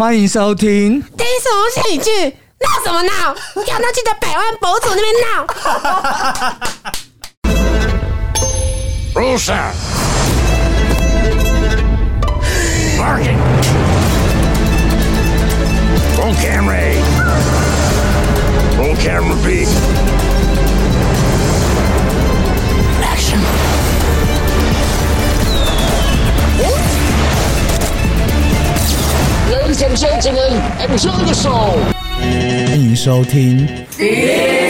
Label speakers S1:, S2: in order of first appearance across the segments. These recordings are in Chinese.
S1: 欢迎收听，
S2: 听什么喜剧？闹什么闹？要闹就在百万博主那边闹。
S3: Rusa. Margin. Full camera A. Full camera B. Action.
S4: Ladies and gentlemen, enjoy the show.
S1: 欢迎收听。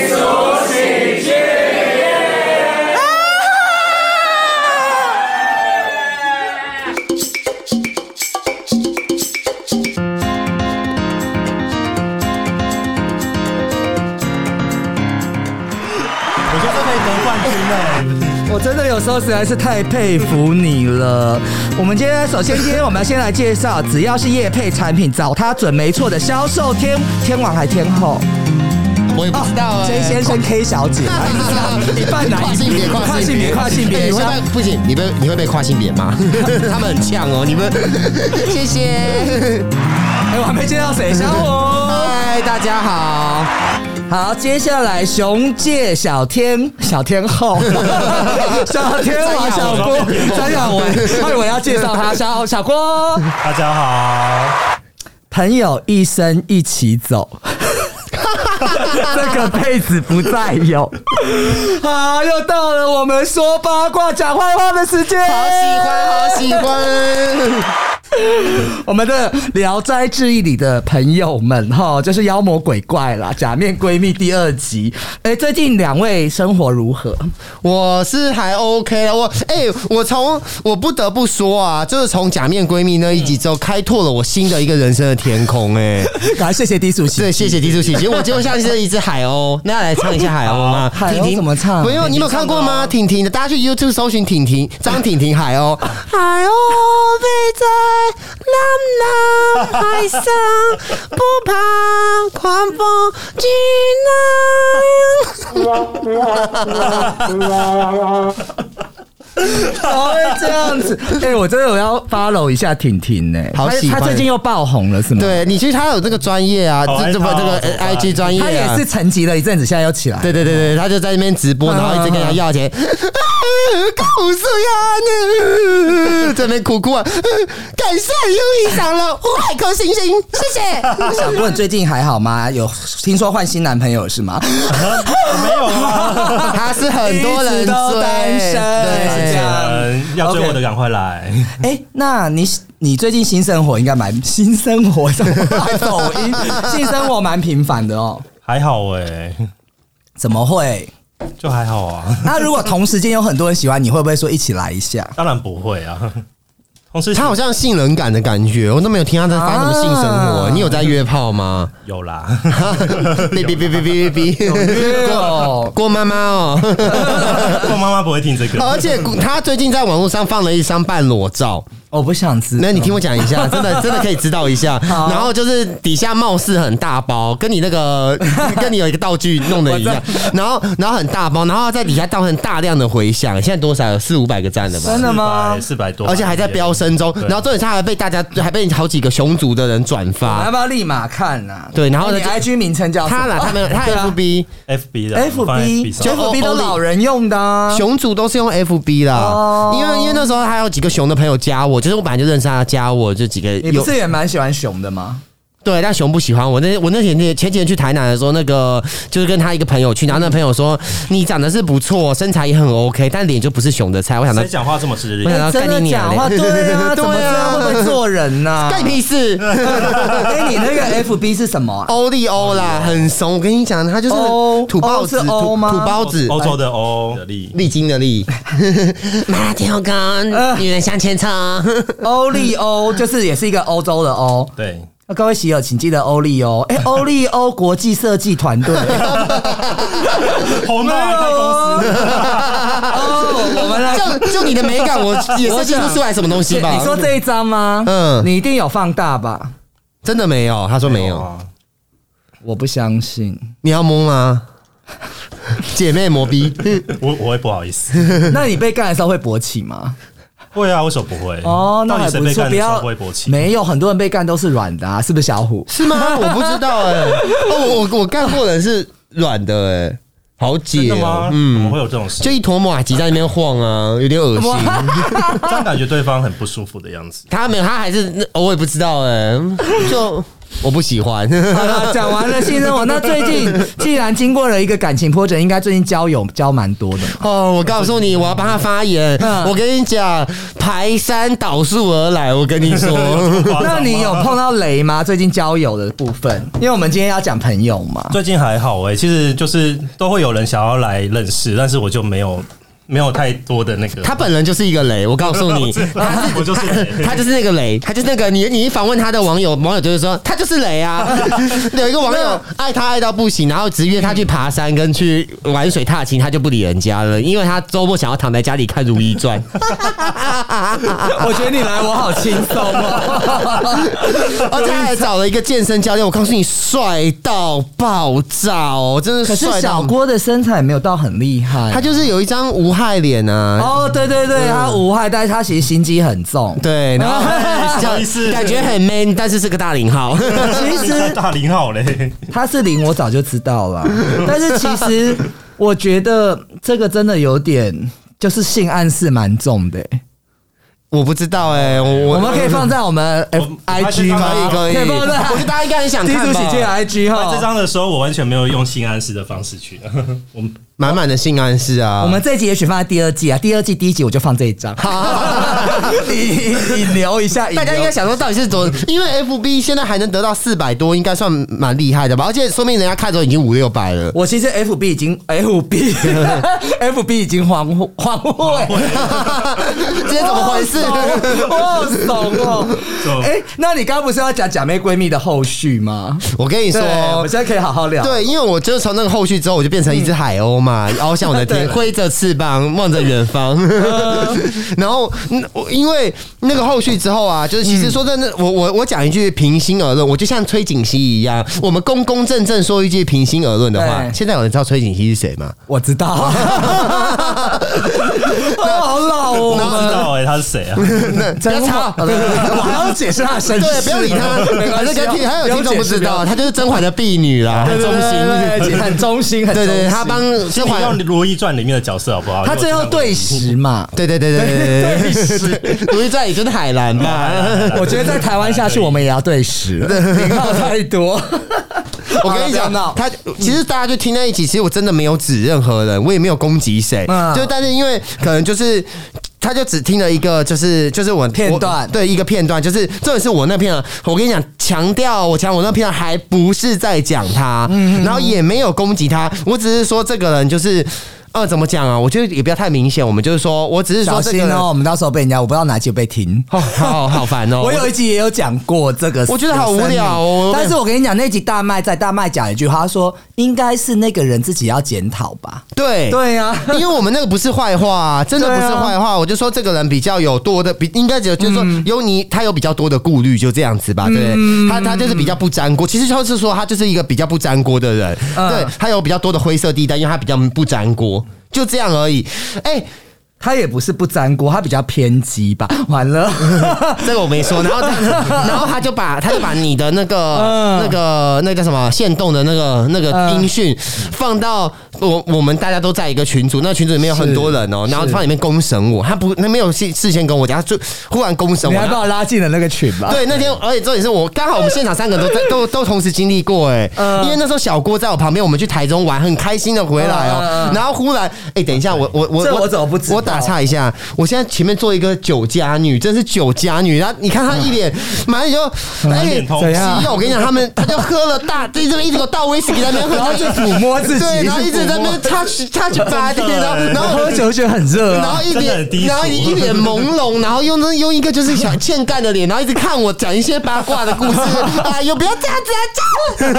S5: 我觉得可以得冠军嘞！
S1: 欸我真的有时候实在是太佩服你了。我们今天首先，今天我们要先来介绍，只要是业配产品，找他准没错的销售天天王还天后。
S6: 我也不知道啊。
S1: J 先生 K 小姐，一半男
S6: 跨
S1: 一
S6: 性别，
S1: 边，
S6: 跨
S1: 跨
S6: 性
S1: 性
S6: 别，哎
S1: 别，跨性别
S6: 你，会被不行，你被你会被跨性别吗？ 他们很呛哦，你们。
S2: 谢谢。
S1: 哎，我还没介绍谁，小虎。
S6: 嗨，大家好，
S1: 好，接下来熊界小天小天 后，小天王小郭张亚文，哎，我要介绍他，小小郭。
S5: 大家好，
S1: 朋友一生一起走。这个辈子不再 有。好，又到了我们说八卦、讲坏话的时间。
S6: 好喜欢，好喜欢。
S1: 我们的《聊斋志异》里的朋友们哈，就是妖魔鬼怪啦，《假面闺蜜》第二集。哎、最近两位生活如何？
S6: 我是还 OK 了，我哎、我从我不得不说啊，就是从假面闺蜜那一集之后，开拓了我新的一个人生的天空、哎，
S1: 来，谢谢低俗
S6: 对，
S1: 系。
S6: 谢谢提出喜剧，我就像是一只海 鸥，那来唱一下海鸥吗？
S1: 海鸥怎么唱
S6: 没？有，你有没有看过吗？婷婷的，大家去 YouTube 搜寻婷婷张婷婷海 鸥，
S2: 海鸥飞在蓝蓝海 上，不怕狂风巨浪。
S1: 怎么会哦这样子？哎、我真的我要 follow 一下婷婷呢、
S6: 好喜
S1: 她
S6: 欢
S1: 她最近又爆红了，是吗？。
S6: 对你其实他有这个专业啊，
S5: 好
S6: 这这不
S5: 爱他
S6: 这个
S5: 怎么办
S6: IG 专业
S1: 她也
S6: 啊
S1: 是，沉寂了一阵子，现在又起来。
S6: 对对对对，他就在那边直播，然后一直跟人家要钱， 告诉呀，这边哭哭啊， 感谢又一场了五百颗星星， 谢谢。
S1: 小问最近还好吗？有听说换新男朋友是吗？
S5: 没有啊，
S6: 他是很多
S1: 一
S6: 人
S1: 直
S6: 追，
S1: 都单身是这
S6: 对
S1: 样。
S5: 嗯，要追我的赶快来，
S1: 哎、那你你最近新生活应该蛮新生活，怎么会 抖音新生活蛮频繁的哦？
S5: 还好哎、
S1: 怎么会？
S5: 就还好 啊，
S1: 那如果同时间有很多人喜欢你，会不会说一起来一下？
S5: 当然不会啊。同事
S6: 他好像性冷感的感觉，我都没有听他在发什么性生活。
S1: 啊
S6: 你有在约炮 吗？
S5: 有啦，
S6: 哔哔哔哔哔哔，
S1: 哦
S6: 郭郭妈妈哦。
S5: 我妈妈不会听这个。
S6: 而且他最近在网络上放了一张半裸照，
S1: 我不想知道
S6: 那。你听我讲一 下，真的真的可以知道一下。
S1: 好
S6: 然后就是底下貌似很大包，跟你那 个跟你有一个道具弄的一样，然后然后很大包，然后在底下造成大量的回响。现在多少有四五百个赞了吧？
S1: 真的吗
S5: 四百多，
S6: 嗯而且还在飙升中，
S5: 对
S6: 然后重点是他还被大家还被好几个熊族的人转
S1: 我要
S6: 发。
S1: 不要立马看啊？
S6: 对然后呢
S1: 你 IG 名称叫什么
S6: 他啦，他们他
S1: 对啊
S6: FB
S5: FB 的我放在
S1: FB
S5: FB 上
S6: 就哦
S1: FB 啊都
S6: 哦
S1: 老人用的啊、
S6: 熊族都是用 FB 啦
S1: 哦，
S6: 因为因为那时候还有几个熊的朋友加我，就是我本来就认识他，加我就几个
S1: 你不
S6: 有
S1: 是也蛮喜欢熊的吗？
S6: 对，但熊不喜欢我。那我那前天前几天去台南的时候，那个就是跟他一个朋友去，然后那朋友说你长得是不错，身材也很 OK，但脸就不是熊的菜。我想到
S5: 谁讲话这么直
S6: 我想
S5: 接？
S6: 要
S1: 哎真
S6: 干
S1: 的
S6: 你
S1: 假
S6: 娘
S1: 话？
S6: 嘞！
S1: 对啊，怎么这样会不会做人呢、
S6: 干你屁事！
S1: 哎、你那个 FB 是什么啊？
S6: 欧利欧啦，很怂。我跟你讲，他就是
S1: 欧
S6: 土包子，
S1: 欧哦是欧
S6: 土
S1: 吗哦
S6: 土包子，
S5: 欧洲的欧的力，
S6: 历经的 历。 马条
S1: 呃
S6: 根，女人向前冲。
S1: 欧利欧就是也是一个欧洲的欧。
S5: 对，
S1: 那各位喜友，请记得欧利欧。哎、欧利欧国际设计团队。
S5: 红
S1: 没
S5: 到还开公司。
S1: 有 哦，我们来。
S6: 就就你的美感，我也设计不出来什么东西吧？
S1: 你说这一张吗？嗯，
S6: 嗯
S1: 你一定有放大吧？
S6: 真的没有？他说没有。
S5: 啊
S1: 我不相 信。
S6: 你要摸吗？姐妹磨逼。
S5: 我我会不好意思，
S1: 那你被干的时候会勃起吗？
S5: 会啊，为什么不会？
S1: 哦，那
S5: 到
S1: 还
S5: 底谁
S1: 不
S5: 被
S1: 错，
S5: 干
S1: 不
S5: 的时候
S1: 要
S5: 不会勃起？
S1: 没有很多人被干都是软的啊，是不是小虎？
S6: 是吗？我不知道哎、哦，我我干过的是软的哎、好
S5: 真
S6: 解
S5: 的
S6: 哦
S5: 吗？、
S6: 嗯，
S5: 怎么会有这种事？
S6: 就一坨马吉在那边晃啊，有点恶心。
S5: 这样感觉对方很不舒服的样子。
S6: 他没有，他还是那哦我也不知道哎、就我不喜欢。
S1: 好了， 讲完了性生活，那最近 既然经过了一个感情波折，应该最近交友交蛮多的嘛。
S6: 哦，我告诉你，我要帮他发言。
S1: 嗯
S6: 我跟你讲，排山倒树而来。我跟你说，
S5: 夸张吗
S1: 那你有碰到雷吗？最近交友的部分，因为我们今天要讲朋友嘛。
S5: 最近还好哎、其实就是都会有人想要来认识，但是我就没有没有太多的那 个。
S6: 他本人就是一个雷。我告 诉你，他
S5: 我就是
S6: 他他就是那个雷，他就是那个你你一访问他的网友，网友就会说他就是雷啊。 有一个网友爱他爱到不行，然后只约他去爬山跟去玩水踏青，他就不理人家了，因为他周末想要躺在家里看《如 懿传》。
S1: 我觉得你来我好轻松 哦。
S6: 而且他还找了一个健身教练，我告诉你，帅到爆炸哦，真的
S1: 可
S6: 帅到。
S1: 是小郭的身材没有到很厉害，
S6: 他就是有一张无害脸啊，
S1: 哦，对对对，他无害，但是他其实心机很重。
S6: 对，然后
S5: 什么意思
S6: 感觉很 man，但是是个大零号。
S1: 其
S5: 你才
S1: 实
S5: 大零号嘞，
S1: 他是零，我早就知道了。但是其实我觉得这个真的有点。就是性暗示蛮重的、
S6: 我不知道哎、我我
S1: 我们可以放在我们 F
S5: 我
S1: I
S5: 还
S1: G
S5: 是
S1: 吗
S5: 放？在
S6: 可
S1: 可以
S6: 以可以，
S1: 放在
S6: 我觉得大家应该很想
S1: 基
S6: 看
S1: 础喜剧
S6: 吧。
S1: I G 哈。
S5: 这张的时候我完全没有用性暗示的方 式去，我们
S6: 满满的性暗示啊，
S1: 我们这一集也许放在第二季啊，第二季第一集我就放这一张。你你留一下，
S6: 大家应该想说到底是多， 因为 FB 现在还能得到四百多，应该算蛮厉害的吧？而且说明人家看的时候已经五六百了。
S1: 我其实 F B 已经 F B F B 已经荒芜荒芜哎、
S6: 今天怎么回事？
S1: 我好怂哦！
S5: 就
S1: 哎、那你刚刚不是要讲假妹闺蜜的后续吗？
S6: 我跟你
S1: 对，
S6: 说，
S1: 我们现在可以好好聊。
S6: 对，因为我就是从那个后续之后，我就变成一只海鸥嘛，翱翔我的天，挥着翅膀望着远方。然后，嗯我因为那个后续之后啊，就是其实说真的，我我我讲一句平心而论，我就像崔槿汐一样，我们公公正正说一句平心而论的话。
S1: 对
S6: 现在有人知道崔槿汐是谁吗？
S1: 我知道， 我好老哦，
S5: 不知道哎、他是谁啊？
S1: 不要
S6: 吵
S1: 我还要解释他的身世，
S6: 对，不要理他，
S1: 没关
S6: 反正
S1: 系
S6: 跟
S1: 哦，
S6: 听还有听众不知道，
S1: 用解释，
S6: 她就是甄嬛的婢女啦，
S1: 不
S6: 很
S1: 用
S6: 忠
S1: 对对对
S6: 心。
S1: 很忠心，很
S6: 对对，
S1: 忠
S6: 对
S1: 心
S6: 她帮甄
S5: 你用
S6: 嬛
S5: 《如懿传》里面的角色好不好？
S1: 他最后对时嘛。
S6: 对对对对对对对，《如懿传》也就是海兰吧。
S1: 我觉得在台湾下去，我们也要对时，零号太多。
S6: 我跟你
S1: 好了
S6: 讲
S1: 不要闹，
S6: 他其实大家就听在一起，其实我真的没有指任何人，我也没有攻击谁，
S1: 嗯
S6: 就但是因为可能就是。他就只听了一个，就是就是我
S1: 片段
S6: 我对一个片段，就是这也是我那片啊。我跟你讲，强调我强我那片啊还不是在讲他，
S1: 嗯
S6: 然后也没有攻击他，我只是说这个人就是，呃，怎么讲啊？我觉得也不要太明显，我们就是说我只是
S1: 小
S6: 说这个
S1: 心
S6: 人，
S1: 哦，我们到时候被人家，我不知道哪集被停。
S6: 哦， 好好烦 哦。
S1: 我有一集也有讲过这个，
S6: 我觉得好无聊哦
S1: 但是我跟你讲，那集大麦在大麦讲一句话，他说应该是那个人自己要检讨吧。
S6: 对啊
S1: 对呀、
S6: 因为我们那个不是坏话、真的不是
S1: 对啊
S6: 坏话。我就说这个人比较有多的，比应该只有就是说有你，他有比较多的顾虑，就这样子吧。对，他他就是比较不粘锅。其实就是说他就是一个比较不粘锅的人，
S1: 嗯
S6: 对他有比较多的灰色地带，因为他比较不粘锅，就这样而已。哎、
S1: 他也不是不沾锅，他比较偏激 吧。完了，
S6: 这个我没说。然后他 然后他就把他就把你的那个
S1: 嗯
S6: 那个那个什么限动的那个那个
S1: 嗯
S6: 音讯放到我我们大家都在一个群组，那群组里面有很多人哦，然后放里面公审我，他不那没有事事先跟我讲，他就忽然公审
S1: 你
S6: 我
S1: 还。把我拉进了那个群吧？
S6: 对，那天，而且重点是我刚好我们现场三个人都在都都同时经历过哎、
S1: 嗯
S6: 因为那时候小郭在我旁边，我们去台中玩，很开心的回来哦、
S1: 嗯嗯嗯
S6: 然后忽然，哎、等一下，我我我
S1: 这我怎么不知道
S6: 我打岔一下，我现在前面坐一个酒家女，真是酒家女，然后你看她一
S1: 嗯
S6: 脸，马上就哎、
S5: 脸通
S1: 怎
S6: 西
S1: 样
S6: 柚，我跟你讲，他们他就喝了大，就这边一直给我倒威士忌在那边喝，
S1: 然后就抚摸自己
S6: 对，然后一直在那
S1: 一
S6: 边 touch touch body，然后然
S1: 然
S6: 后
S1: 后喝酒觉得很热
S6: 然
S1: 啊
S6: 后。一
S5: 真的很低
S6: 脸，
S5: 俗
S6: 然后一脸朦胧，然后用那用一个就是想欠干的脸，然后一直看我讲一些八卦的故事。 哎呦，不要这样子啊！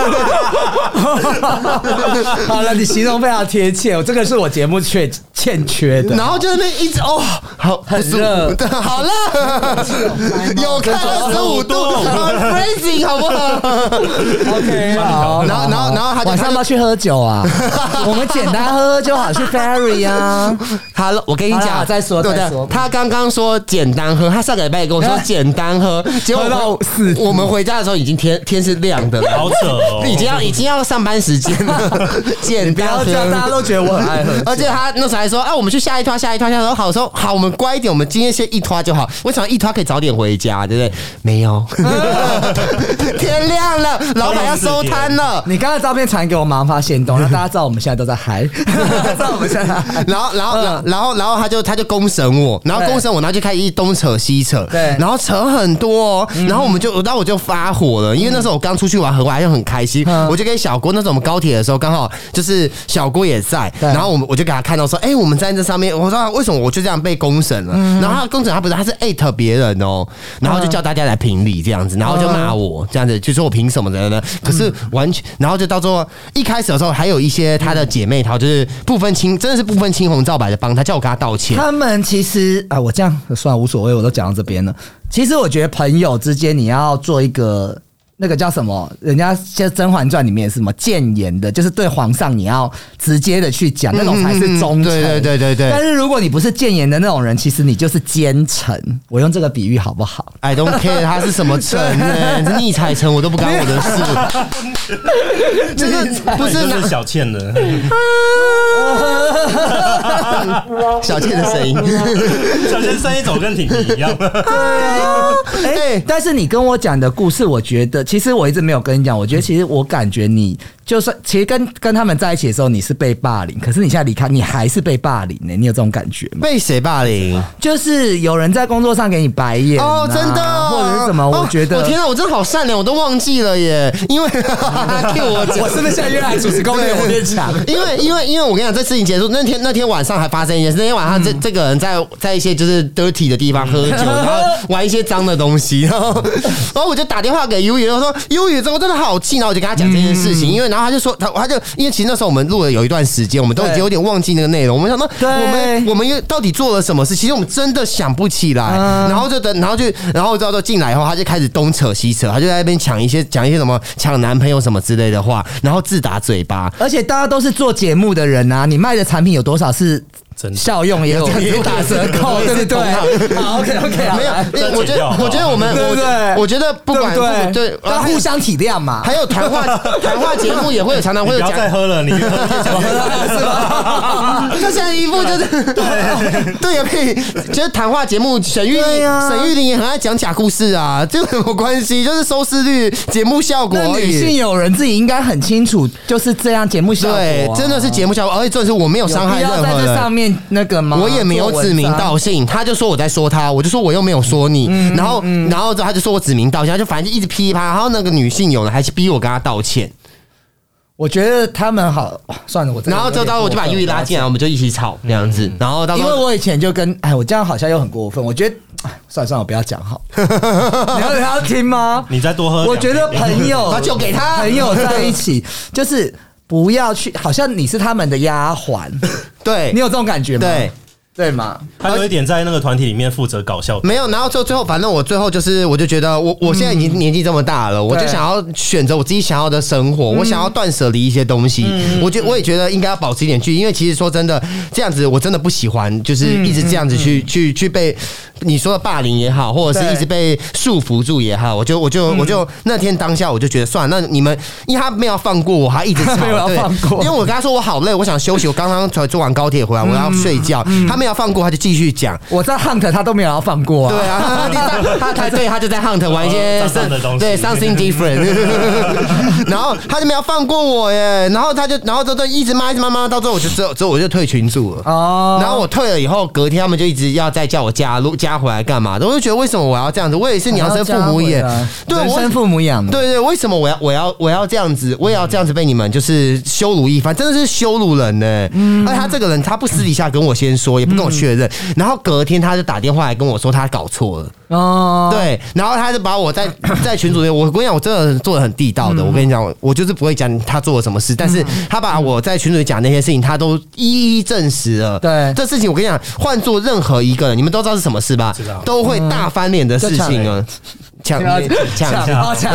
S6: 这样
S1: 好了，你形容非常贴切，这个是我节目缺欠缺的。
S6: 然后就在那一直哦，好
S1: 很热，
S6: 不舒服 好了，有开二十五度，好 freezing 好 不好？
S1: OK，好。
S6: 然后然后然后他就
S1: 晚上要不要去喝酒 啊？我们简单喝喝就好，去 Ferry 啊。
S6: 好了，我跟你
S1: 好啦
S6: 讲，
S1: 再说
S6: 对不
S1: 再说
S6: 对？他刚刚说简单喝，他上个礼拜也跟我说 简单喝，结果
S1: 喝 到
S6: 我
S1: 四
S6: 我们回家的时候已经天天是亮的了，
S5: 好扯 哦，
S6: 已经要已经要上班时间了，简
S1: 不
S6: 单
S1: 要
S6: 喝
S1: 这。样，大家都觉得我很爱喝酒。
S6: 而且他那时候还说啊，我们去下一拖，下一拖，下一拖。好，我说好，我们乖一点，我们今天先一拖就好。为什么一拖可以早点回家，对不对？没有，天亮了，老板要收摊了。
S1: 你刚刚的照片传给我，马上发现动，让大家知道我们现在都在 嗨，知道我们现在嗨。
S6: 然后，然后，然后然后，然后他就他就公审我，然后
S1: 对
S6: 公审我，然后就开始一东扯西扯，
S1: 对
S6: 然后扯很多、哦，然后我们就，然后我就发火了，因为那时候我刚出去玩，我还很开心，
S1: 嗯
S6: 我就跟小郭，那时候我们高铁的时候，刚好就是小郭也在，
S1: 对
S6: 啊然后我们我就给他看到说，哎、我们在这上面，我说啊为什么我就这样被公审了？然后他公审他不是，他是艾特别人哦，然后就叫大家来评理这样子，然后就骂我这样子，就说我凭什么的呢？可是完全，然后就到最后一开始的时候，还有一些他的姐妹淘就是不分青，真的是不分青红皂白的帮他，叫我跟他道歉。
S1: 他们其实啊，我这样算了，无所谓，我都讲到这边了。其实我觉得朋友之间，你要做一个那个叫什么，人家像《甄嬛传》里面也是什么谏言的，就是对皇上你要直接的去讲，那种才是忠诚。
S6: 对嗯对对对
S1: 但
S6: 对
S1: 是如果你不是谏言的那种人，其实你就是奸臣。我用这个比喻好不好？
S6: ，I don't care 他是什么城 呢、是逆彩城我都不干我的事， 就是不
S5: 不
S6: 是
S5: 是
S6: 拿
S5: 小倩的，
S6: 小倩的声 音。
S5: 小倩声音怎么跟婷婷一样？
S1: 哎、
S6: 对
S1: 但是你跟我讲的故事，我觉得其实我一直没有跟你讲。我觉得其实我感觉你就算其实跟跟他们在一起的时候，你是被霸凌，可是你现在离开，你还是被霸凌呢、你有这种感觉吗？
S6: 被谁霸凌？
S1: 就是有人在工作上给你白眼、啊、
S6: 哦，真的，
S1: 或者是什么？
S6: 哦
S1: 我觉得，
S6: 我 天啊，我真的好善良，我都忘记了耶，因为 听我讲，
S1: 我是不是现在越来主持攻略我变强？
S6: 因为因为因为我跟你讲，这事情结束那天那天晚上还发生一件事，那天晚上
S1: 嗯
S6: 这、这个人在在一些就是 dirty 的地方 喝酒，然后玩一些脏的东西，然后然后我就打电话给优宇，我说优宇，这我真的好气，然后我就跟他讲这件事情，
S1: 嗯
S6: 因为然后他就说他他就因为其实那时候我们录了有一段时间，我们都已经
S1: 对
S6: 有点忘记那个内容，我们想说
S1: 对
S6: 我们我们又到底做了什么事，其实我们真的想不起来，
S1: 嗯
S6: 然后就等然后就然后到时候进来以后，他就开始东扯西扯，他就在那边抢一些讲一些什么抢男朋友什么之类的话，然后自打嘴巴，
S1: 而且大家都是做节目的人啊，你卖的产品有多少是
S5: 真的
S1: 效用，也有也打折扣，对不对？好，OK OK，
S6: 没有
S1: 来，
S6: 因为我觉
S5: 剪
S6: 得
S5: 掉好，不好
S6: 我觉得我们，
S1: 对不
S6: 我觉
S1: 对
S6: 得我觉得不管
S1: 对不
S6: 对
S1: 对，，大
S6: 呃
S1: 家
S6: 还有
S1: 互相体谅嘛。
S6: 还有 谈话谈话节目也会有常常
S5: 你
S6: 会
S5: 不
S6: 有
S5: 要再
S6: 讲，
S5: 喝了，你 越喝越想越大
S1: 是吧？
S6: 就像一副就是对 对也可以，就是谈话节目沈玉
S1: 对呀
S6: 沈玉玲也很爱讲假故事啊，这有什么关系？就是收视率、节目效果
S1: 那
S6: 而
S1: 女性
S6: 已。
S1: 友人自己应该很清楚，就是这样节目效果啊、
S6: 对，真的是节目效果，而且重点是我没有伤害
S1: 有
S6: 任
S1: 必要
S6: 何
S1: 在这上
S6: 人。
S1: 面那个吗？
S6: 我也没有指名道
S1: 姓，
S6: 姓，他就说我在说他，我就说我又没有说你，
S1: 嗯
S6: 然后然后他就说我指名道姓，他就反正就一直噼里啪啦，然后那个女性有人还去逼我跟他道歉，
S1: 我觉得他们好，哇算了，我这个
S6: 然后
S1: 有点
S6: 就到我就把
S1: 过分嗯
S6: 玉拉进来，我们就一起吵这样子。然后到时
S1: 因
S6: 候
S1: 为我以前就跟哎，我这样好像又很过分。我觉得，哎算了算了，我不要讲好。你要你要听吗？
S5: 你再
S6: 哦
S5: 多喝两杯，
S1: 我觉得朋 友，
S6: 把酒给他
S1: 朋友在一 起就是不要去，好像你是他们的丫鬟，
S6: 对
S1: 你有这种感觉吗？
S6: 对
S1: 对吗？
S5: 还有一点在那个团体里面负责搞笑，
S6: 没有，然后最最后反正我最后就是我就觉得我我现在已经年纪这么大了，我就
S1: 嗯对嗯
S6: 想要选择我自己想要的生活，我想要断舍离一些东西。我觉我也觉得应该要保持一点距离，因为其实说真的，这样子我真的不喜欢，就是
S1: 嗯
S6: 一直这样子去去去被你说的霸凌也好，或者是
S1: 对嗯
S6: 一直被束缚住也好，我就我就我就那天当下我就觉得算了，那你们因为他没有放过我，还一直 吵，
S1: 没有要
S6: 对
S1: 放过
S6: 因为我跟他说我好累，我想休息，我刚刚才坐完高铁回来，我
S1: 嗯
S6: 要睡觉，他没有放过，他就继续讲。
S1: 我在 hunt 他都没有要放过啊。
S6: 对啊，他他 他他对他就在 hunt 玩一些
S5: 哦上上的东西
S6: 对 something different，然后他就没有放过我耶，然后他就然后就就一直骂一直骂骂，到最后我就之后之后我就退群组了。
S1: 哦，
S6: 然后我退了以后，隔天他们就一直要再叫我加入加回来干嘛的？我就觉得为什么我要这样子？我也是娘生父母也
S1: 然后家人啊，
S6: 对，
S1: 人
S6: 我
S1: 生父母养的。
S6: 对对，为什么我要我要我要这样子，我也要这样子被你
S1: 嗯
S6: 们就是羞辱一番，真的是羞辱人呢、而且他这个人，他不私底下跟我先说，也不跟跟我确认，然后隔天他就打电话来跟我说他搞错了，
S1: 哦，
S6: 对，然后他就把我在 在群组里面，我跟你讲，我真的做的很地道
S1: 嗯
S6: 的，我跟你讲，我我就是不会讲他做了什么事，但是他把我在群组里讲那些事情，他都一一证实了。
S1: 对
S6: 这事情我跟你讲，换做任何一个人，你们都知道是什么事吧
S1: 嗯
S5: 知道？
S6: 都会大翻脸的事情啊， 抢抢
S1: 抢
S6: 抢
S1: 哦抢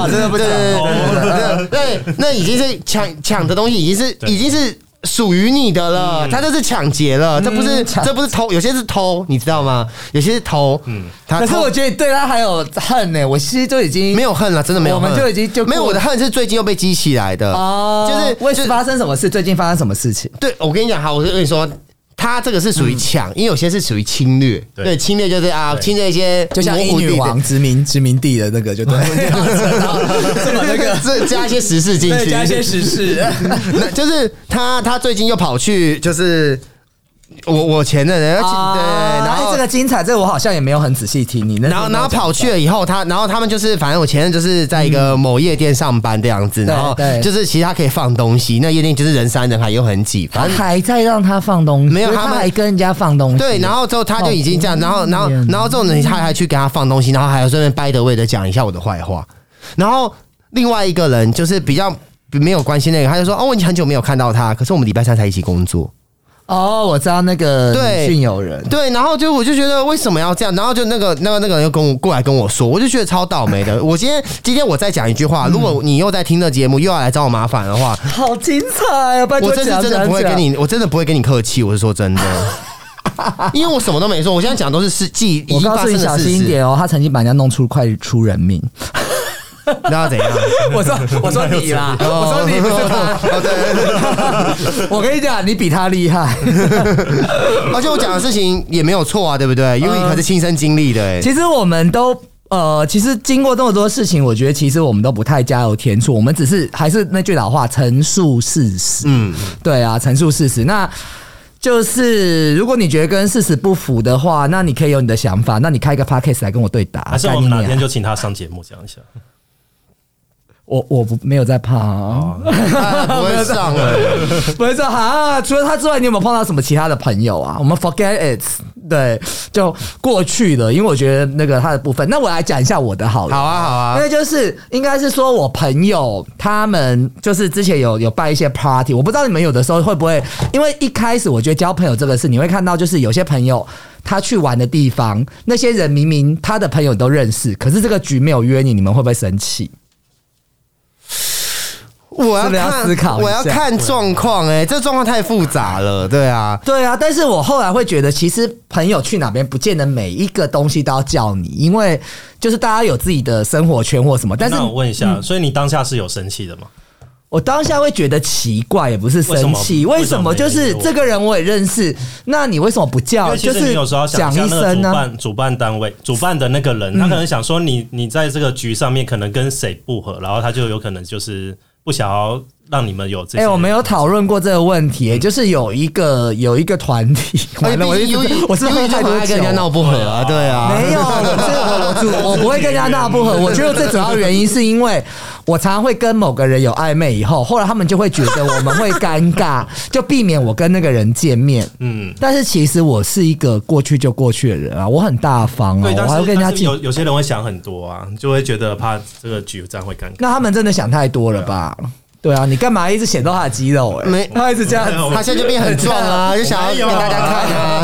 S1: 啊，真的不
S6: 对
S1: 讲
S6: 对对对，那那已经是抢抢的东西，已经是已经是属于你的了，他这是抢劫了，这不是
S1: 嗯抢
S6: 这不是偷，有些是偷，你知道吗？有些是偷，嗯，他
S1: 可是
S6: 偷
S1: 我觉得你对他还有恨呢、我其实就已经
S6: 没有恨了，真的没有
S1: 我
S6: 恨，
S1: 们就已经就过
S6: 没有我的恨是最近又被激起来的
S1: 哦，
S6: 就是
S1: 为
S6: 就
S1: 什
S6: 是
S1: 发生什么事？最近发生什么事情？
S6: 对，我跟你讲，好，我就跟你说。他这个是属于
S1: 嗯
S6: 抢，因为有些是属于侵略，
S5: 对
S6: 对侵略就是啊，
S5: 对
S6: 侵略一些
S1: 就像
S6: 模
S1: 英
S6: 糊
S1: 女
S6: 地带
S1: 王殖民殖民地的那个，就对， 这么那个
S6: 这加一些时事进
S1: 对
S6: 去，
S1: 加一些时 事，
S6: 那就是他，他最近又跑去，就是我我前 任人，
S1: 啊
S6: 对，然
S1: 哎
S6: 后
S1: 这个精彩，这个我好像也没有很仔细听你那，
S6: 然后然后跑去了以后，他然后他们就是，反正我前任就是在一个某夜店上班这样子，
S1: 对
S6: 然后
S1: 对
S6: 就是其实他可以放东西，那夜店就是人山人海又很挤，反
S1: 他
S6: 正。
S1: 还在让他放东西，
S6: 没有
S1: 就是
S6: 他
S1: 他
S6: 们
S1: 还跟人家放东西，
S6: 对，然后之后他就已经这样，然后，然后，然后这种人他还去给他放东西，然后还有顺便掰的位的讲一下我的坏话，然后另外一个人就是比较没有关系那个，他就说哦，你很久没有看到他，可是我们礼拜三才一起工作，
S1: 哦，我知道那个
S6: 对
S1: 女性友人，
S6: 对，然后就我就觉得为什么要这样？然后就那个那个那个人又跟我过来跟我说，我就觉得超倒霉的。我今天今天我再讲一句话，如
S1: 嗯
S6: 果你又在听这节目又要来找我麻烦的话，
S1: 好精彩啊！拜托
S6: 我这次
S1: 讲
S6: 真的不会
S1: 讲
S6: 跟你，我真的不会跟你客气，我是 说真的。因为我什么都没说，我现在讲都是事记已
S1: 我
S6: 经
S1: 告
S6: 发
S1: 诉
S6: 生
S1: 你
S6: 的
S1: 小
S6: 事
S1: 心一
S6: 实，
S1: 点哦，他曾经把人家弄出快出人 命。
S6: 那要怎样？哦
S1: 我说我说你 啦， 我说你不是他。哦 我跟你讲，你比他厉害。
S6: 而哦且我讲的事情也没有错啊，对不对？因为你
S1: 嗯
S6: 可是亲身经历的、 欸，
S1: 其实我们都。呃，其实经过这么多事情，我觉得其实我们都不太加油添醋，我们只是还是那句老话，陈述事实。嗯，对啊，陈述事实。那就是如果你觉得跟事实不符的话，那你可以有你的想法，那你开一个 podcast 来跟我对答。
S5: 还是我
S1: 干
S5: 们哪
S1: 你啊
S5: 天
S1: 娘
S5: 就请他上节目讲一下？
S1: 我我不没有在怕、啊，
S6: 他哎不会上了、
S1: 不是哈、啊，除了他之外，你有没有碰到什么其他的朋友啊？我们 forget it，对，就过去了，因为我觉得那个他的部分，那我来讲一下我的好了。
S6: 好啊，好
S1: 因
S6: 啊，
S1: 为就是应该是说，我朋友他们就是之前有有办一些 party，我不知道你们有的时候会不会，因为一开始我觉得交朋友这个事，你会看到就是有些朋友他去玩的地方，那些人明明他的朋友都认识，可是这个局没有约你，你们会不会生气？
S6: 我要
S1: 是不是要
S6: 看
S1: 思考一下
S6: 我要看状况，哎，这状况太复杂了，对啊，
S1: 对啊，但是我后来会觉得，其实朋友去哪边，不见得每一个东西都要叫你，因为就是大家有自己的生活圈或什么。但是嗯
S5: 那我问一下，所以你当下是有生气的吗？
S1: 我当下会觉得奇怪，也不是生气，
S5: 为什么
S1: 为什么？
S5: 为什么
S1: 就
S5: 没
S1: 是
S5: 人约我
S1: 这个人我也认识，那你为什么不
S5: 因
S1: 叫？
S5: 为其
S1: 就
S5: 实你
S1: 是
S5: 有时候要想
S1: 讲
S5: 一下
S1: 一
S5: 那个
S1: 声啊嗯
S5: 主
S1: 呢、
S5: 办主办单位主办的那个人，他可能想说你你在这个局上面可能跟谁不合，然后他就有可能就是不想要让你们有这
S1: 哎、
S5: 些。
S1: 我们有讨论过这个问题、
S5: 嗯
S1: 就是有一个有一个团体，
S6: 而且
S1: 完了，我
S6: 哎毕
S1: 一
S6: 竟
S1: 直
S6: 优
S1: 我是不是喝
S6: 优就
S1: 太
S6: 很
S1: 多
S6: 爱
S1: 酒
S6: 跟人家闹不和啊，对啊，
S1: 没有，我这我我主我不会跟人家闹 不和。我觉得最主要原因是因为我常常会跟某个人有暧昧，以后后来他们就会觉得我们会尴尬，就避免我跟那个人见面。
S5: 嗯，
S1: 但是其实我是一个过去就过去的人啊，我很大方啊，
S5: 对，
S1: 我
S5: 但
S1: 还会
S5: 是
S1: 跟人家
S5: 但是有
S1: 进。
S5: 有些人会想很多啊，就会觉得怕这个局这样会尴尬。
S1: 那他们真的想太多了吧？对啊，你干嘛一直显露他的肌肉、欸？
S6: 没
S1: 他一直这样子。
S6: 他现在就变很 壮啊，就想要给大家看啊。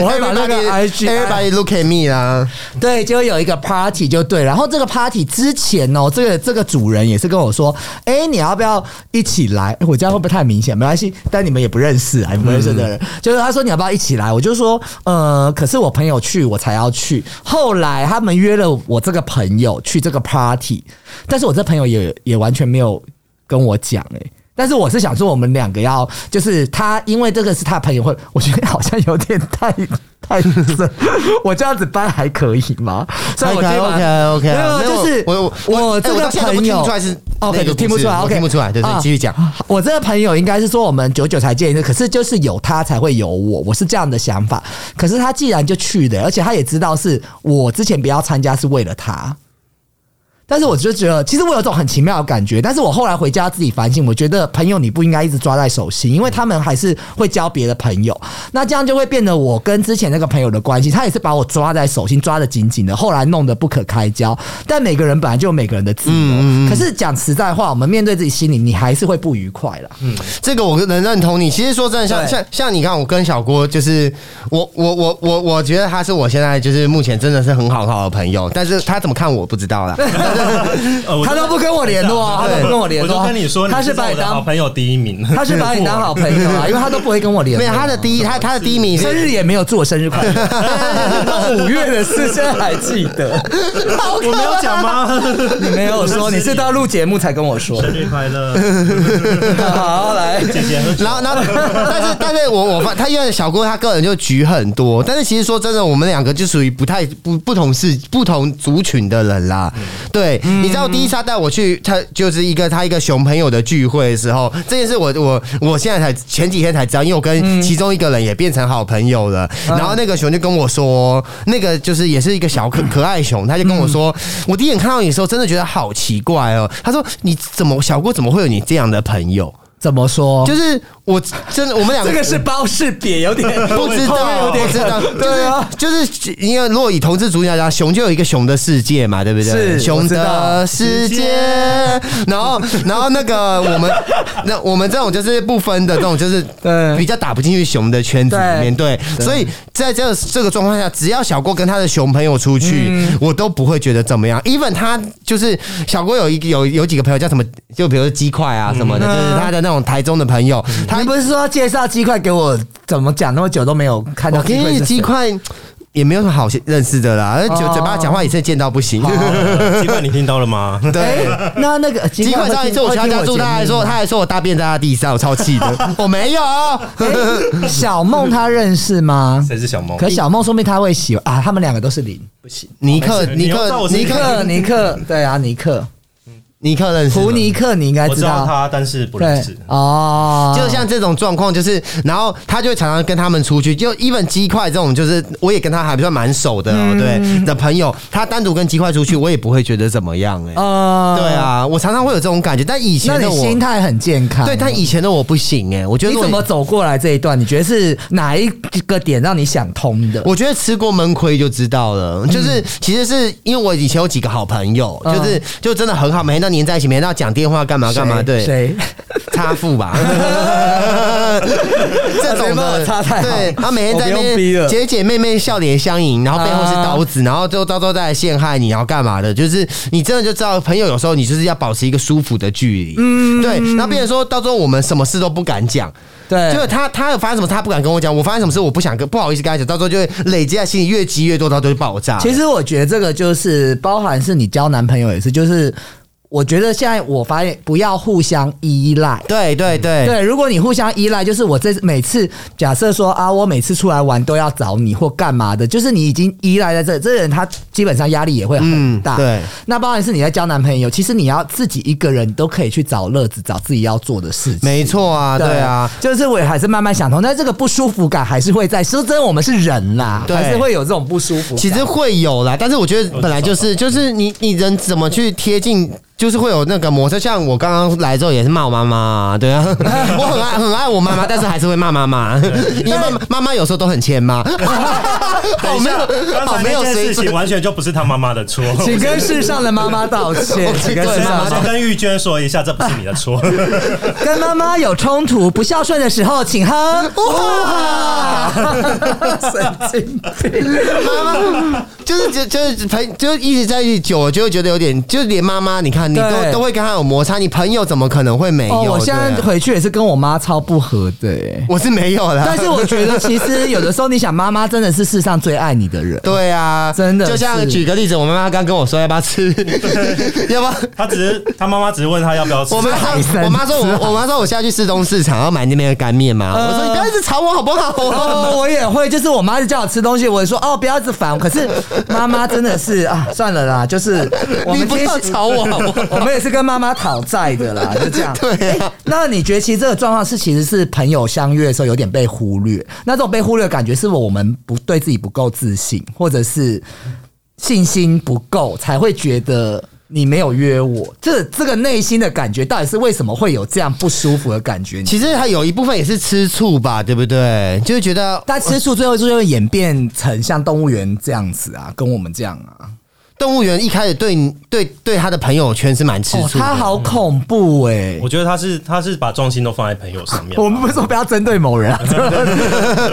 S1: 我 会把那个 IG
S6: everybody look at me 啊啦。
S1: 对，就有一个 party 就对，然后这个 party 之前哦，这个这个主人也是跟我说，哎，你要不要一起来？哎诶我这样会不会太明显？没关系，但你们也不认识啊，你们不认识的人，就是他说你要不要一起来？我就说，呃，可是我朋友去，我才要去。后来他们约了我这个朋友去这个 party，但是我这朋友也也完全没有跟我讲、诶。但是我是想说，我们两个要，就是他，因为这个是他朋友会，我觉得好像有点太太深，我这样子掰还可以吗？ 所以我
S6: OK
S1: 今天晚
S6: OK OK，
S1: 没有，就是
S6: 我我
S1: 我这个朋友哦
S6: 听出来是
S1: OK，你听不出来，OK，
S6: 听不出来，对对，
S1: 啊
S6: 继续讲。
S1: 我这个朋友应该是说我们久久才见一次，可是就是有他才会有我，我是这样的想法。可是他既然就去了，而且他也知道是我之前不要参加是为了他。但是我就觉得，其实我有种很奇妙的感觉。但是我后来回家自己反省，我觉得朋友你不应该一直抓在手心，因为他们还是会交别的朋友。那这样就会变得我跟之前那个朋友的关系，他也是把我抓在手心，抓得紧紧的，后来弄得不可开交。但每个人本来就有每个人的自由，
S5: 嗯
S1: 可是讲实在话，我们面对自己心里，你还是会不愉快啦。
S6: 这个我能认同你。其实说真的，像
S1: 对
S6: 像像你看，我跟小郭就是我我我我我觉得他是我现在就是目前真的是很好很好的朋友，但是他怎么看我不知道 啦。
S5: 呃我
S1: 他
S5: 就
S1: 都不跟我联络啊，
S5: 对
S1: 他都不跟我联络啊。
S5: 我就跟你说，
S1: 他
S5: 你
S1: 是
S5: 是
S1: 把
S5: 我
S1: 你
S5: 的好
S1: 当
S5: 朋友第一名，
S1: 他是把你当好朋友啊，因为他都不会跟我联
S6: 没
S1: 络
S6: 有
S1: 啊。
S6: 他的第一，他他的第一名
S1: 生日也没有祝我生日快乐，到五月的事现在还记得。
S5: 我没有讲吗？
S1: 你没有说，你是到录节目才跟我说。
S5: 生日快乐，
S1: 好，来，
S5: 姐姐喝酒
S6: 然后，然后，但是，但是我我发他因为小郭他个人就局很多，但是其实说真的，我们两个就属于不太不不同是不同族群的人啦。对，你知道第一次他带我去，他就是一个他一个熊朋友的聚会的时候，这件事我我我现在才前几天才知道，因为我跟其中一个人也变成好朋友了。然后那个熊就跟我说，那个就是也是一个小可可爱熊，他就跟我说，我第一眼看到你的时候，真的觉得好奇怪哦。他说你怎么小郭怎么会有你这样的朋友？
S1: 怎么说？
S6: 就是我真的，我们两个
S1: 哦这个是褒是贬，有点
S6: 不知
S1: 后面
S6: 道，
S1: 有
S6: 不
S1: 点
S6: 知道，
S1: 对啊。
S6: 就是就是因为如果以同志主角来讲，熊就有一个熊的世界嘛，对不对？
S1: 是
S6: 熊
S1: 我知
S6: 的
S1: 道
S6: 世界，然后然后那个 我们那我们这种就是不分的这种，就是
S1: 对
S6: 比较打不进去熊的圈子里面，对，
S1: 对
S6: 所以在这这个状况下，只要小郭跟他的熊朋友出去，
S1: 嗯
S6: 我都不会觉得怎么样。even 他就是小郭有一个有有几个朋友叫什么，就比如说鸡块啊什
S1: 嗯
S6: 么的，就是他的那种台中的朋友，他
S1: 他不是说要介绍鸡块给我，怎么讲那么久都没有看到
S6: 我
S1: 鸡
S6: 跟
S1: 块
S6: 你
S1: 是谁
S6: 鸡？块也没有什么好认识的啦，而且嘴
S1: 哦
S6: 嘴巴讲话也是见到不行。
S5: 鸡块你听到了吗？
S6: 对，
S1: 哎，那那个
S6: 鸡块
S1: 会
S6: 上一次我去他家住，他还说他还说我大便在他地上，我超气的。 我没有，
S1: 会听我节目吗哎小梦他认识吗？
S5: 谁是小梦？
S1: 可小梦说明他会喜欢啊，他们两个都是零。
S5: 不行，
S6: 尼克
S5: 哦没事
S6: 尼
S5: 你要照
S6: 克
S5: 我是
S6: 尼
S1: 尼
S6: 克
S1: 克，尼克，对啊，尼克，
S6: 尼克认识吗
S1: 胡。尼克，你应该
S5: 我知道
S1: 道，
S5: 他，但是不认
S1: 对
S5: 识。
S1: 哦，
S6: 就像这种状况，就是，然后他就会常常跟他们出去，就 even 鸡块这种，就是我也跟他还算蛮熟的
S1: 嗯
S6: 哦，对的朋友，他单独跟鸡块出去，我也不会觉得怎么样哎、
S1: 呃，
S6: 对，啊，我常常会有这种感觉，但以
S1: 那
S6: 前的
S1: 你
S6: 我，
S1: 心态很健康，
S6: 对，但以前的我不行哎、我觉得
S1: 你
S6: 我
S1: 怎么走过来这一段？你觉得是哪一个点让你想通的？
S6: 我觉得吃过闷亏就知道了，就是其实是因为我以前有几个好朋友，
S1: 嗯
S6: 就是就真的很好，每天都黏在一起，每天都要讲电话干嘛干嘛，
S1: 谁
S6: 对，
S1: 谁？
S6: 擦 腹吧，这种
S1: 没办法
S6: 的
S1: 插太好
S6: 对，他每天在那
S1: 我不用逼
S6: 边
S1: 了
S6: 姐姐妹妹笑脸相迎，然后背后是
S1: 啊
S6: 刀子，然后就到时候再来陷害你，然后干嘛的？就是你真的就知道，朋友有时候你就是要保持一个舒服的距离，嗯，对，然后变成说到时候我们什么事都不敢讲，
S1: 对，
S6: 就是他他有发生什么，他不敢跟我讲；我发生什么事，我不想跟，不好意思跟他讲，到时候就会累积在心里，越积越多，到最后就爆炸。
S1: 其实我觉得这个就是包含是你交男朋友也是，就是我觉得现在我发现不要互相依赖。
S6: 对对对，
S1: 对，如果你互相依赖，就是我这每次假设说啊，我每次出来玩都要找你或干嘛的，就是你已经依赖在这，这个人他基本上压力也会很大。
S6: 嗯对，
S1: 那当然是你在交男朋友，其实你要自己一个人都可以去找乐子，找自己要做的事情。
S6: 没错啊，对啊。，
S1: 就是我也还是慢慢想通，但这个不舒服感还是会在。说真的，我们是人啦，
S6: 对
S1: 还是会有这种不舒服感。
S6: 其实会有啦，但是我觉得本来就是，就是你你人怎么去贴近，就是会有那个摩擦。像我刚刚来之后也是骂我妈妈啊，对啊，我很爱很爱我妈妈，但是还是会骂妈妈，因为妈妈妈妈有时候都很欠骂，好哦没有好
S5: 刚才
S6: 没有
S5: 那件
S6: 水
S5: 事
S6: 准
S5: 情。完全就不是他妈妈的错。
S1: 请跟世上的妈妈道 歉，请跟世
S6: 对
S1: 上
S5: 妈
S1: 的妈
S5: 妈
S1: 妈
S5: 跟玉娟说一下，这不是你的错。
S1: 跟妈妈有冲突、不孝顺的时候，请喝哇， 神经病！
S6: 就是就就是朋就是一直在一起久了，就会觉得有点，就是连妈妈，你看你都
S1: 对
S6: 都会跟她有摩擦，你朋友怎么可能会没有？
S1: 哦，我现在
S6: 对啊
S1: 回去也是跟我妈超不合的、欸，
S6: 我是没有啦。
S1: 但是我觉得其实有的时候，你想妈妈真的是世上最爱你的人，
S6: 对啊，
S1: 真的是
S6: 就像举个例子，我妈妈刚跟我说要不 要吃，要不要。
S5: 他只是他妈妈只是问他要不要吃。
S6: 我妈
S1: 海参
S6: 我妈说
S1: 吃海
S6: 我我妈说我下去市中市场要买那边的干面嘛，
S1: 呃
S6: 我说你不要一直吵我好不好？
S1: 哦，我也会，就是我妈就叫我吃东西，我也说哦，不要一直烦。可是妈妈真的是啊，算了啦，就是我
S6: 你
S1: 们
S6: 不
S1: 今天
S6: 要吵我好不 好？
S1: 我们也是跟妈妈讨债的啦，就这样。
S6: 对啊
S1: 诶那你觉得其实这个状况是其实是朋友相约的时候有点被忽略，那这种被忽略的感觉是我们不对自己不够自信，或者是信心不够，才会觉得你没有约我，这这个内心的感觉到底是为什么会有这样不舒服的感觉？
S6: 其实还有一部分也是吃醋吧，对不对？就是觉得
S1: 但吃醋最后就会演变成像动物园这样子啊，跟我们这样啊。
S6: 动物园一开始对你对对他的朋友圈是蛮吃
S1: 哦，
S6: 醋的，
S1: 他好恐怖哎、
S5: 我觉得他是他是把重心都放在朋友上面吧，
S1: 我们不是说不要针对某人啊，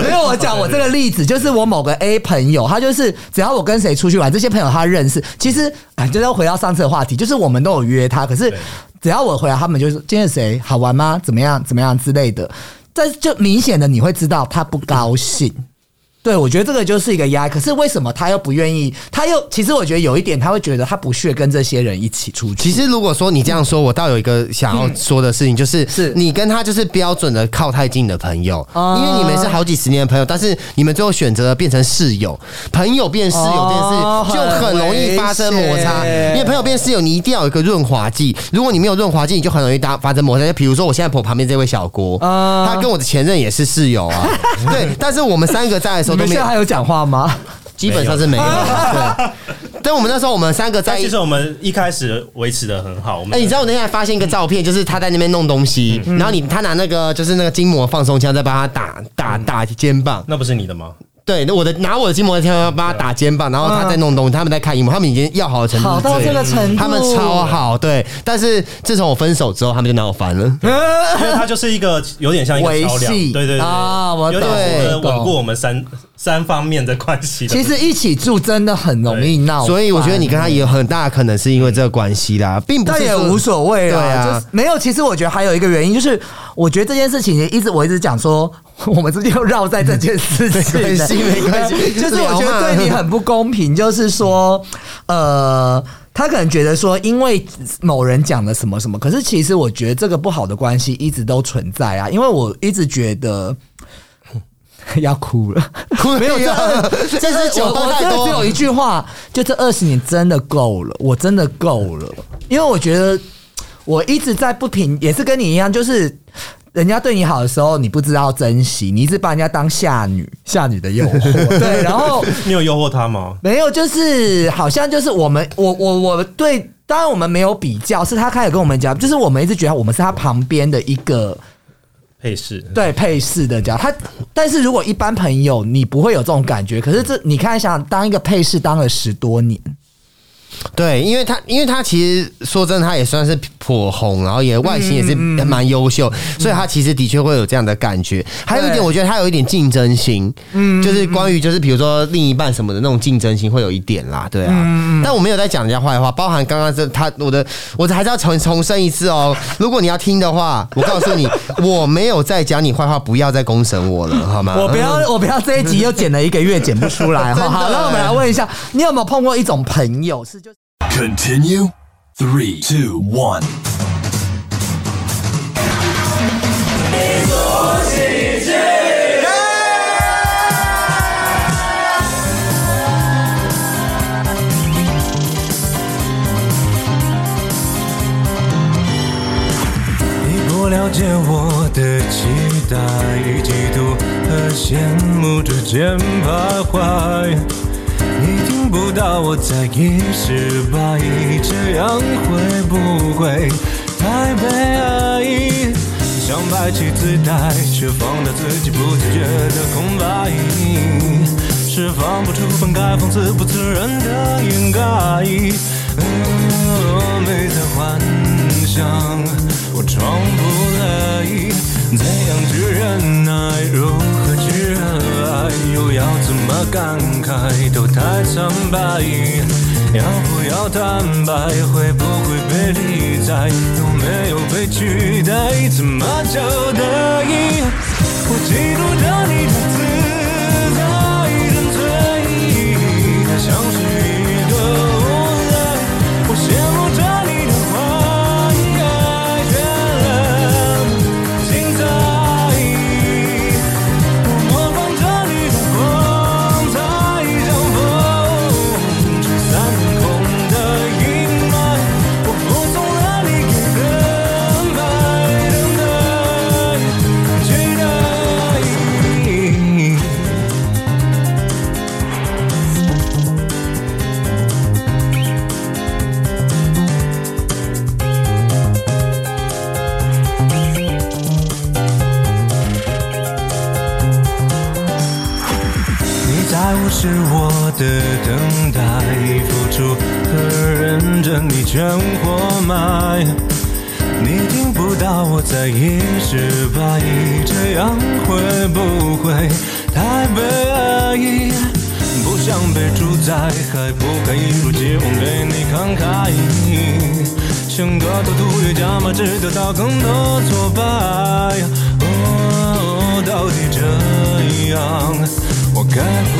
S1: 没有我讲我这个例子，就是我某个 A 朋友，他就是只要我跟谁出去玩，这些朋友他认识，其实啊，就是要回到上次的话题，就是我们都有约他，可是
S5: 对
S1: 只要我回来，他们就是今天谁好玩吗？怎么样怎么样之类的，但是就明显的你会知道他不高兴。对，我觉得这个就是一个压力。可是为什么他又不愿意？他又其实我觉得有一点，他会觉得他不屑跟这些人一起出去。
S6: 其实，如果说你这样说，我倒有一个想要说的事情，就是
S1: 嗯是
S6: 你跟他就是标准的靠太近的朋友，
S1: 啊
S6: 因为你们是好几十年的朋友，但是你们最后选择了变成室友，朋友变室友
S1: 哦
S6: 这件事就很容易发生摩擦，
S1: 很危险
S6: 因为朋友变室友，你一定要有一个润滑剂，如果你没有润滑剂，你就很容易搭发生摩擦。就比如说，我现在我旁边这位小郭，
S1: 啊
S6: 他跟我的前任也是室 友啊，对，但是我们三个在的时
S1: 你
S6: 候都
S1: 们
S6: 没
S1: 现
S6: 有
S1: 在，还有讲话 吗？
S6: 基本上是没有，对。但我们那时候我们三个在
S5: 但
S6: 一
S5: 其实我们一开始维持的很好，我们
S6: 哎、你知道我那天还发现一个照片，就是他在那边弄东西，然后你他拿那个就是那个筋膜放松枪在帮他打打打肩膀，
S5: 那不是你的吗？
S6: 对，那我的拿我的筋膜枪帮他打肩膀，然后他在弄东西，他们在看荧幕，他们已经要好的程度，
S1: 好嗯到这个程度
S6: 他们超好，对。但是自从我分手之后，他们就拿我烦了，
S5: 因为它就是一个有点像一个桥梁，
S1: 维系
S5: 对对对，
S1: 啊我
S5: 有
S1: 懂
S5: 点是
S1: 懂
S5: 稳固我们三三方面的关系的。
S1: 其实一起住真的很容易闹翻，
S6: 所以我觉得你跟他也有很大可能是因为这个关系啦，并不
S1: 但
S6: 是
S1: 也
S6: 说
S1: 无所谓啦，
S6: 对
S1: 就
S6: 啊
S1: 是。没有。其实我觉得还有一个原因，就是我觉得这件事情一直我一直讲说， 我们之间又绕在这件事情了，
S6: 没关系没关系
S1: 就是我觉
S6: 聊
S1: 得
S6: 嘛
S1: 对你很不公平，就是说，呃。他可能觉得说，因为某人讲了什么什么，可是其实我觉得这个不好的关系一直都存在啊，因为我一直觉得 要哭了。
S6: 没有
S1: 这
S6: 这是酒
S1: 我
S6: 喝
S1: 我
S6: 太
S1: 真的
S6: 多
S1: 只有一句话，就这二十年真的够了，我真的够了，因为我觉得我一直在不平，也是跟你一样，就是。人家对你好的时候，你不知道珍惜，你一直把人家当下女， 下女的诱惑。 对，然后
S5: 你有诱惑他吗？
S1: 没有，就是好像就是我们，我我我对，当然我们没有比较，是他开始跟我们讲，就是我们一直觉得我们是他旁边的一个
S5: 配饰，
S1: 对配饰的家，他但是如果一般朋友，你不会有这种感觉。可是这你看想当一个配饰当了十多年，
S6: 对，因为他，因为他其实说真的，他也算是颇红，然后也外形也是蛮优秀，所以他其实的确会有这样的感觉。还有一点，我觉得他有一点竞争心，嗯，就是关于就是比如说另一半什么的那种竞争心会有一点啦，对啊。但我没有在讲人家坏话，包含刚刚这他我的，我还是要重重申一次哦。如果你要听的话，我告诉你，我没有在讲你坏话，不要再公审我了，好吗？
S1: 我不要我不要这一集又剪了一个月剪不出来哈。
S6: 真的
S1: 好，那我们来问一下，你有没有碰过一种朋友是就
S7: Continue. Three, two, one.
S8: 你不了解我的期待与嫉妒和羡慕之间徘徊，你听不到我在一失败，这样会不会太悲哀？想摆起姿态，却放大自己不自觉的空白，释放不出本该放肆不自然的掩盖。峨眉在幻想，我闯不来，怎样去忍耐，如何去热爱，又要怎么感慨，都太苍白。要不要坦白？会不会被理睬？有没有被取代？怎么叫得意？我嫉妒着你的自在，沉醉，它像是一个无奈。我羡慕着你的花开绚烂精彩，我模仿着你的光彩，像风吹散空的阴霾。我服从了你给的安排，等待，期待。是我的等待，付出和认真你全活埋。你听不到我在一直怀疑，这样会不会太悲哀？不想被主宰，还不该一如既往对你慷慨。像个赌徒越加码，只得到更多挫败。哦，到底这样，我该不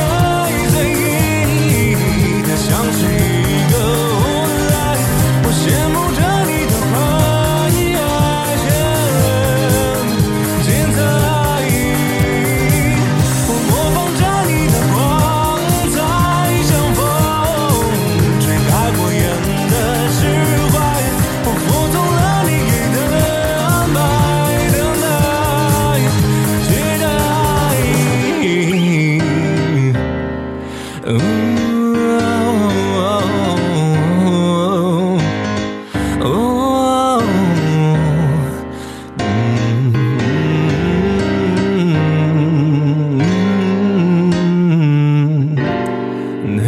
S8: 爱，在意义的像是一个无赖。我羡慕着你的怀爱，精彩。我模仿着你的光彩，像风吹开火焰的释怀。我服从了你给的安排，等待，期待。哦哦哦嗯，哎